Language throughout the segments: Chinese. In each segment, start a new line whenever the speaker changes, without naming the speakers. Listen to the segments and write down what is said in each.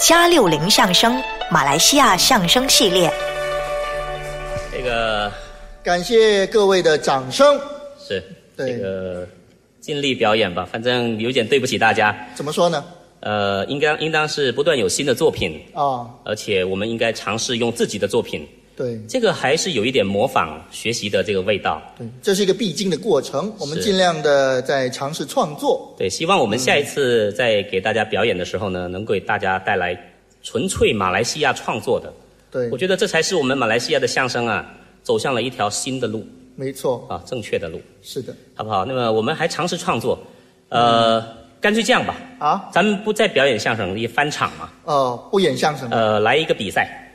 加六零相声马来西亚相声系列。
这个
感谢各位的掌声。
是
对
这个尽力表演吧，反正有点对不起大家。
怎么说呢？
呃，应该应当是不断有新的作品，
啊、
而且我们应该尝试用自己的作品。
对
这个还是有一点模仿学习的这个味道。
对，这是一个必经的过程，我们尽量的在尝试创作。
对，希望我们下一次再给大家表演的时候呢，能给大家带来纯粹马来西亚创作的。
对
我，觉得这才是我们马来西亚的相声啊，走向了一条新的路
没错，
啊，正确的路，
是的。
好不好？那么我们还尝试创作，呃，干脆这样吧，
啊，
咱们不再表演相声，也翻场嘛，
哦，不演相声了，
呃，来一个比赛，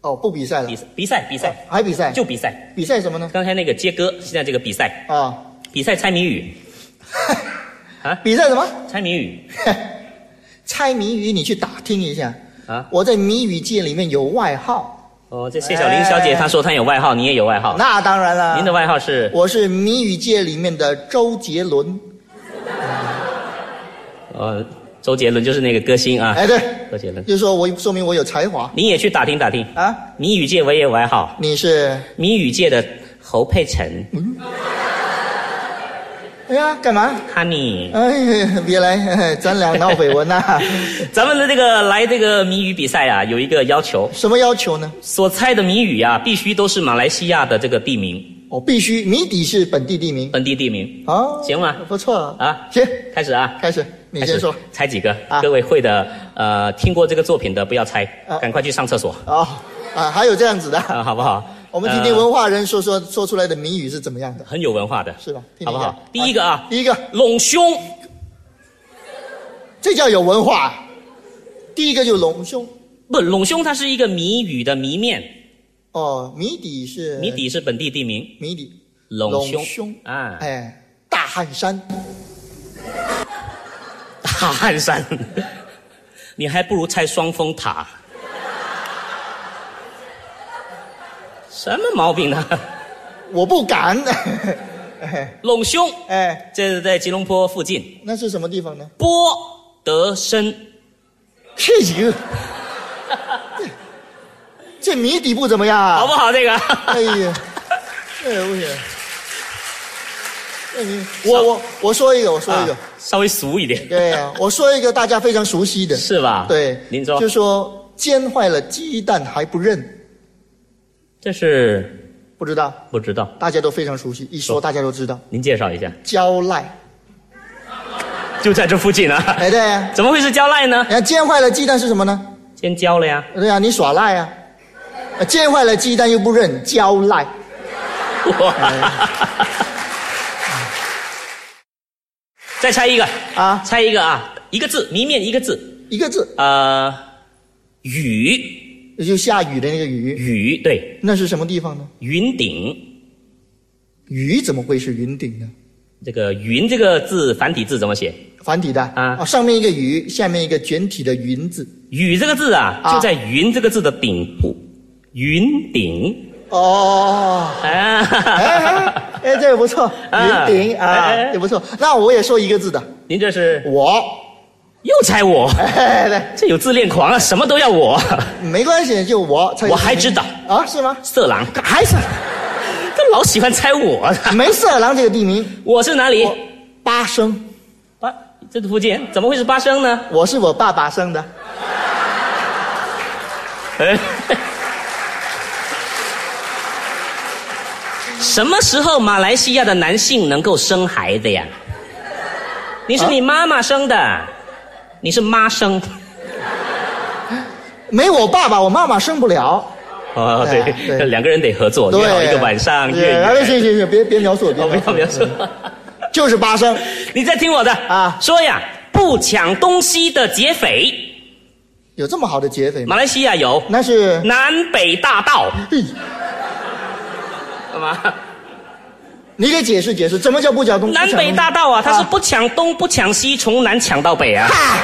哦，不比赛
呃
了
比，赛比赛比
哦
赛，
还比赛，
就比赛。
比赛什么呢？
刚才那个接歌，现在这个比赛，
啊，
比赛猜谜语，
比赛什么？
猜谜语
猜谜语，你去打听一下。
啊。
我在谜语界里面有外号，
哦，这谢小玲小姐
哎
她说她有外号，你也有外号，
那当然了。
您的外号是？
我是谜语界里面的周杰伦。
呃，周杰伦就是那个歌星啊，
哎，对，
周杰伦。
就说我说明我有才华
你也去打听打听，
啊。
谜语界我也有外号，
你是？
谜语界的侯佩岑、
哎呀，干嘛？
Honey，
哎，别来，咱俩闹绯闻呐、
咱们的这个来这个谜语比赛啊，有一个要求，
什么要求呢？
所猜的谜语啊，必须都是马来西亚的这个地名，
我、必须谜底是本地地名
本地地名。
啊，
行吗
不错
啊
行，
开始啊，
开始，你
开始
先说
猜几个？
啊
各位会的，呃，听过这个作品的不要猜，
啊
赶快去上厕所
啊啊，还有这样子的，
啊，好不好？
我们听听文化人说说说出来的谜语是怎么样的
呃，，很有文化的，
是吧？听
好
听
不好
看？
第一个啊，
第一个，
隆胸，
这叫有文化。第一个就隆胸，
不，隆胸它是一个谜语的谜面。
哦，谜底是
谜底是本地地名，
谜底，
隆胸
隆胸
啊，
哎，大汉山，
大汉山， 你还不如猜双峰塔， 什么毛病呢？
我不敢。
隆胸，
哎，
这是在吉隆坡附近，
那是什么地方呢？
波德申，
这 一个，这谜底不怎么样啊？
好不哎好？这个，
哎呀，哎这不行。那你我我我说一个，我说一个，
啊稍微俗一点，
对呀、我说一个大家非常熟悉的，
是吧？
对，
您说
就说煎坏了鸡蛋还不认，
这是
不知道，
不知道，
大家都非常熟悉，一说
说
大家都知道，
您介绍一下，
胶赖，
就在这附近啊，
哎对呀、啊，
怎么会是胶赖呢？
人家煎坏了鸡蛋是什么呢？
先胶了呀，
对呀、啊，你耍赖啊，煎坏了鸡蛋又不认，胶赖。
哇！ 再猜一个
啊
猜一个啊，一个字，谜面一个字，
一个字，
呃，雨
也就下雨的那个雨，
雨对，
那是什么地方呢？
云顶。
雨怎么会是云顶呢？
这个“云”这个字繁体字怎么写？
繁体的
啊
哦，上面一个雨，下面一个卷体的云字。
雨这个字啊，
啊
就在“云”这个字的顶部，云顶
哦，
啊，哈
哎哎
哈哈
哎，这个不错，
啊
云顶啊
哎哎，
也不错。那我也说一个字的，
您这是
我，
又猜我，
哎对，
这有自恋狂啊，什么都要我，
没关系，就我。
我还知道
啊，是吗？
色狼，
还是
他老喜欢猜我，
没事，郎这个地名，
我是哪里？
我八生，
八，这附近怎么会是八生呢？
我是我爸爸生的。
哎，什么时候马来西亚的男性能够生孩子呀？你是你妈妈生的，你是妈生。
没我爸爸，我妈妈生不了。
哦，对，
对对
这两个人得合作，
对
约，好一个晚上，
对
月
哎
圆。
行行行，别别描述，别
哦，不
描
要
述
不要说，
就是八生，
你在听我的
啊
说呀，不抢东西的劫匪，
有这么好的劫匪吗？
马来西亚有
那是
南北大道，干嘛？
啊你给解释解释，怎么叫不讲东？
南
不讲
北
东
大道啊，它是
啊
不抢东不抢西，从南抢到北啊。
啊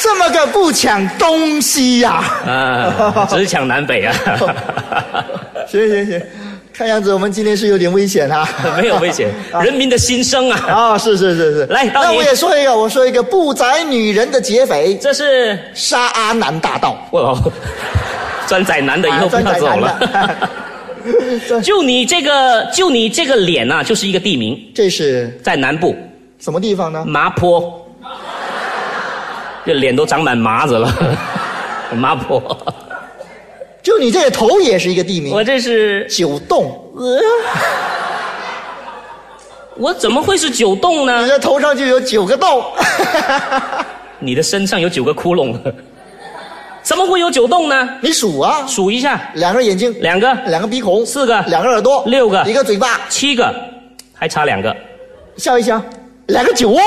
这么个不抢东西呀、
啊啊，只是抢南北啊。。
行行行，看样子我们今天是有点危险啊
没有危 险，人民的心声啊！
啊，是是是是。
来到
那
你
我也说一个，我说一个不宰女人的劫匪
这是
杀阿南大盗。
哇，专宰男的以
啊
后不要走了。
专宰男 这
就你这个，就你这个脸呐、就是一个地名，
这是
在南部
什么地方呢？
麻坡，这脸都长满麻子了，麻坡。
就你这个头也是一个地名
我，这是，
九洞，
呃，我怎么会是九洞
你
呢？
的头上就有九个洞。
你的身上有九个窟窿，怎么会有九洞呢？
你数啊，
数一下，
两个眼睛，
两个、
两个鼻孔，
四个
两个耳朵，
六个
一个嘴巴，
七个，还差两个。
笑一笑，两个 酒窝。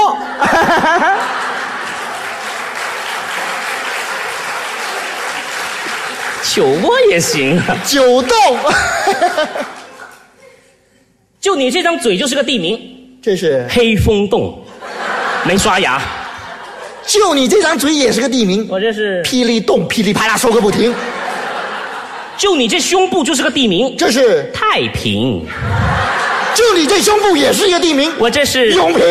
酒窝也行啊，
九洞，
就你这张嘴就是个地名，
这是
黑风洞，没刷牙。
就你这张嘴也是个地 名，
我这是，
霹雳洞噼里啪啦说个不停，
就你这胸部就是个地名，
这是
太平。
就你这胸部也是一个地名，
我这是，
永平。